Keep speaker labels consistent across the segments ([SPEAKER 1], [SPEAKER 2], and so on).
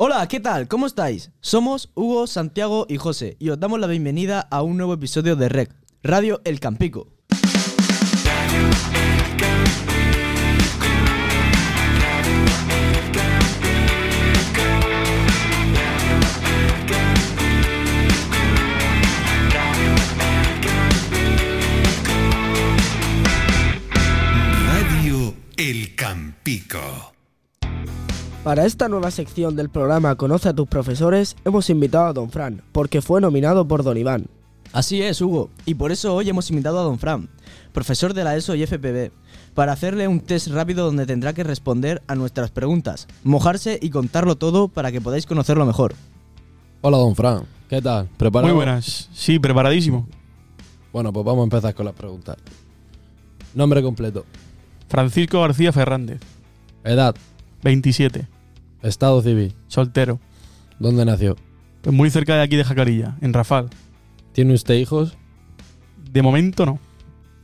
[SPEAKER 1] Hola, ¿qué tal? ¿Cómo estáis? Somos Hugo, Santiago y José y os damos la bienvenida a un nuevo episodio de REC, Radio El Campico.
[SPEAKER 2] Radio El Campico.
[SPEAKER 3] Para esta nueva sección del programa Conoce a tus profesores, hemos invitado a Don Fran, porque fue nominado por Don Iván.
[SPEAKER 1] Así es, Hugo, y por eso hoy hemos invitado a don Fran, profesor de la ESO y FPB, para hacerle un test rápido donde tendrá que responder a nuestras preguntas, mojarse y contarlo todo para que podáis conocerlo mejor.
[SPEAKER 4] Hola, don Fran. ¿Qué tal? ¿Preparado?
[SPEAKER 5] Muy buenas. Sí, preparadísimo.
[SPEAKER 4] Bueno, pues vamos a empezar con las preguntas. Nombre completo.
[SPEAKER 5] Francisco García Fernández,
[SPEAKER 4] Edad.
[SPEAKER 5] 27,
[SPEAKER 4] Estado civil.
[SPEAKER 5] soltero. Pues
[SPEAKER 4] ¿Dónde nació?
[SPEAKER 5] Muy cerca de aquí de Jacarilla, en Rafal.
[SPEAKER 4] ¿Tiene usted hijos?
[SPEAKER 5] De momento no.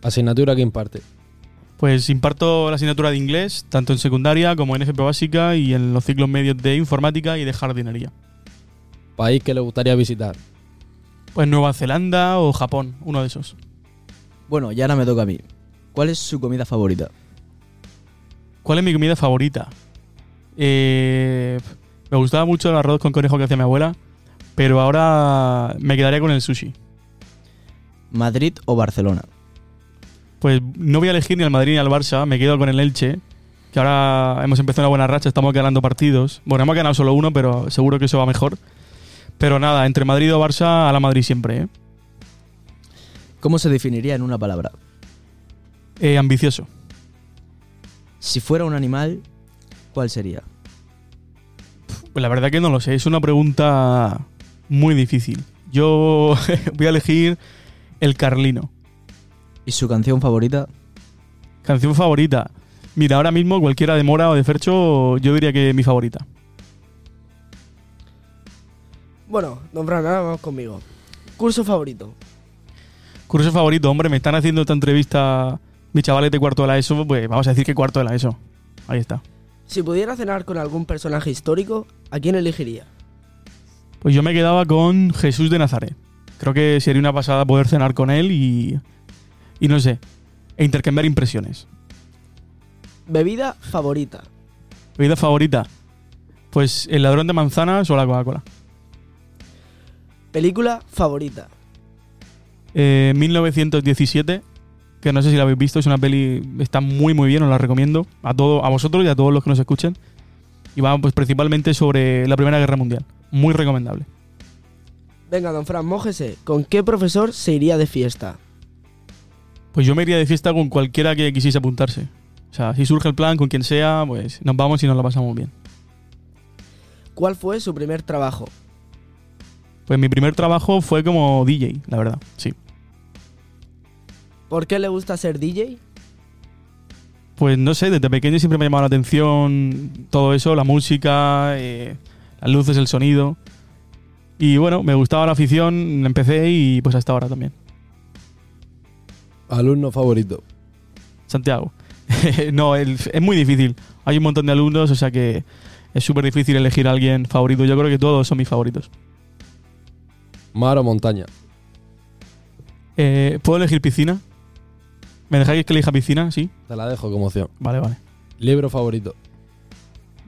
[SPEAKER 4] Asignatura que imparte.
[SPEAKER 5] Pues imparto la asignatura de inglés, tanto en secundaria como en FP básica y en los ciclos medios de informática y de jardinería.
[SPEAKER 4] País que le gustaría visitar.
[SPEAKER 5] Pues Nueva Zelanda o Japón, uno de esos.
[SPEAKER 1] Bueno, y ahora me toca a mí. ¿Cuál es su comida favorita?
[SPEAKER 5] ¿Cuál es mi comida favorita? Eh, me gustaba mucho el arroz con conejo que hacía mi abuela, pero ahora me quedaría con el sushi.
[SPEAKER 1] ¿Madrid o Barcelona?
[SPEAKER 5] Pues no voy a elegir ni al Madrid ni al Barça, me quedo con el Elche, que ahora hemos empezado una buena racha, estamos ganando partidos. Bueno, hemos ganado solo uno, pero seguro que eso va mejor. Pero nada, entre Madrid o Barça, a la Madrid siempre, ¿eh?
[SPEAKER 1] ¿Cómo se definiría en una palabra?
[SPEAKER 5] Eh, ambicioso.
[SPEAKER 1] Si fuera un animal, ¿cuál sería?
[SPEAKER 5] Pues la verdad que no lo sé, es una pregunta muy difícil. Yo voy a elegir el Carlino.
[SPEAKER 1] ¿Y su canción favorita?
[SPEAKER 5] Canción favorita. Mira, ahora mismo cualquiera de Mora o de Fercho, yo diría que mi favorita.
[SPEAKER 3] Bueno, Don Fran, ahora vamos conmigo. Curso favorito.
[SPEAKER 5] Curso favorito, hombre, me están haciendo esta entrevista mis chavales de cuarto de la ESO, pues vamos a decir que cuarto de la ESO. Ahí está.
[SPEAKER 3] Si pudiera cenar con algún personaje histórico, ¿a quién elegiría?
[SPEAKER 5] Pues yo me quedaba con Jesús de Nazaret. Creo que sería una pasada poder cenar con él y. Y no sé. E intercambiar impresiones.
[SPEAKER 3] Bebida favorita.
[SPEAKER 5] ¿Bebida favorita? Pues el ladrón de manzanas o la Coca-Cola.
[SPEAKER 3] Película favorita.
[SPEAKER 5] Eh, 1917, que no sé si la habéis visto, es una peli. Está muy, muy bien, os la recomiendo. A, todo, a vosotros y a todos los que nos escuchen. Y va pues, principalmente sobre la Primera Guerra Mundial. Muy recomendable.
[SPEAKER 3] Venga, Don Fran, mójese. ¿Con qué profesor se iría de fiesta?
[SPEAKER 5] Pues yo me iría de fiesta con cualquiera que quisiese apuntarse. O sea, si surge el plan, con quien sea, pues nos vamos y nos lo pasamos bien.
[SPEAKER 3] ¿Cuál fue su primer trabajo?
[SPEAKER 5] Pues mi primer trabajo fue como DJ, la verdad, sí.
[SPEAKER 3] ¿Por qué le gusta ser DJ?
[SPEAKER 5] Pues no sé, desde pequeño siempre me ha llamado la atención todo eso, la música, eh, las luces, el sonido. Y bueno, me gustaba la afición, empecé y pues hasta ahora también.
[SPEAKER 4] Alumno favorito.
[SPEAKER 5] Santiago. no, el- es muy difícil. Hay un montón de alumnos, o sea que es súper difícil elegir a alguien favorito. Yo creo que todos son mis favoritos.
[SPEAKER 4] Mar o montaña.
[SPEAKER 5] Eh, ¿Puedo elegir piscina? ¿Me dejáis que elija piscina? Sí.
[SPEAKER 4] Te la dejo como opción.
[SPEAKER 5] Vale, vale.
[SPEAKER 4] Libro favorito.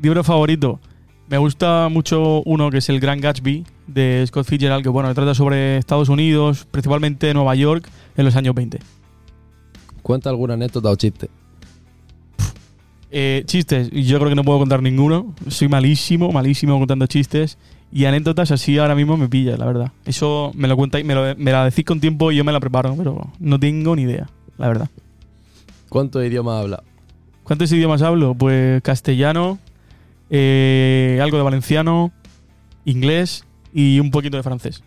[SPEAKER 5] Libro favorito. Me gusta mucho uno que es El Gran Gatsby de Scott Fitzgerald, que bueno, trata sobre Estados Unidos, principalmente Nueva York, en los años 20.
[SPEAKER 4] Cuenta alguna anécdota o chiste.
[SPEAKER 5] Eh, chistes, yo creo que no puedo contar ninguno. Soy malísimo, malísimo contando chistes. Y anécdotas así ahora mismo me pilla, la verdad. Eso me lo cuentáis, me, lo- me la decís con tiempo y yo me la preparo, pero no tengo ni idea, la verdad.
[SPEAKER 4] ¿Cuántos idiomas habla?
[SPEAKER 5] ¿Cuántos idiomas hablo? Pues castellano, eh, algo de valenciano, inglés y un poquito de francés.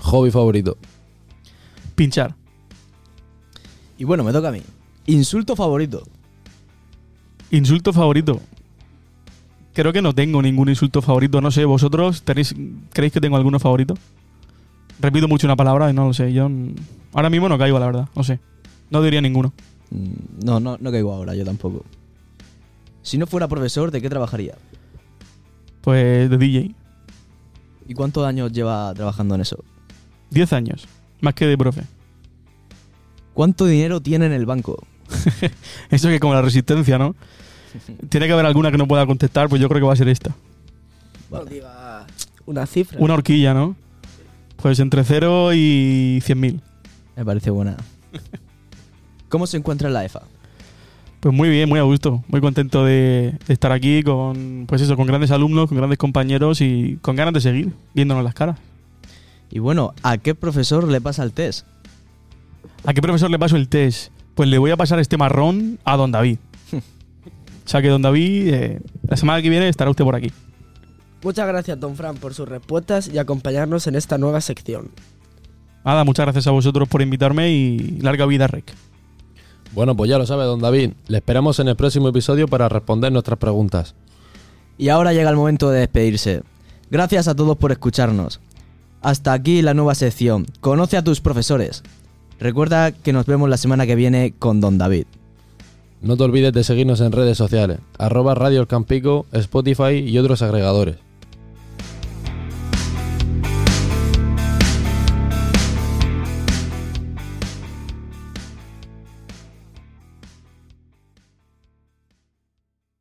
[SPEAKER 4] Hobby favorito.
[SPEAKER 5] Pinchar.
[SPEAKER 1] Y bueno, me toca a mí. Insulto favorito.
[SPEAKER 5] Insulto favorito. Creo que no tengo ningún insulto favorito. No sé, vosotros tenéis, creéis que tengo alguno favorito. Repito mucho una palabra y no lo sé. Yo mm, ahora mismo no caigo, la verdad. No sé. No diría ninguno.
[SPEAKER 1] Mm, No, no, no caigo ahora, yo tampoco. Si no fuera profesor, ¿de qué trabajaría?
[SPEAKER 5] Pues de DJ.
[SPEAKER 1] ¿Y cuántos años lleva trabajando en eso?
[SPEAKER 5] 10 años. Más que de profe.
[SPEAKER 1] ¿Cuánto dinero tiene en el banco?
[SPEAKER 5] Eso que como la resistencia, ¿no? Tiene que haber alguna que no pueda contestar, pues yo creo que va a ser esta.
[SPEAKER 3] No diga una cifra.
[SPEAKER 5] Una horquilla, ¿no? Pues entre 0 y 100.000.
[SPEAKER 1] Me parece buena. ¿Cómo se encuentra en la E EFA?
[SPEAKER 5] Pues muy bien, muy a gusto, muy contento de, de estar aquí con, pues eso, con grandes alumnos, con grandes compañeros y con ganas de seguir viéndonos las caras.
[SPEAKER 1] Y bueno, ¿a qué profesor le pasa el test?
[SPEAKER 5] ¿A qué profesor le paso el test? Pues le voy a pasar este marrón a don David. o sea que don David, eh, la semana que viene estará usted por aquí.
[SPEAKER 3] Muchas gracias, don Fran, por sus respuestas y acompañarnos en esta nueva sección.
[SPEAKER 5] Nada, muchas gracias a vosotros por invitarme y larga vida, Rec.
[SPEAKER 4] Bueno, pues ya lo sabe, don David. Le esperamos en el próximo episodio para responder nuestras preguntas.
[SPEAKER 1] Y ahora llega el momento de despedirse. Gracias a todos por escucharnos. Hasta aquí la nueva sección. Conoce a tus profesores. Recuerda que nos vemos la semana que viene con Don David.
[SPEAKER 4] No te olvides de seguirnos en redes sociales, arroba Radio El Campico, Spotify y otros agregadores.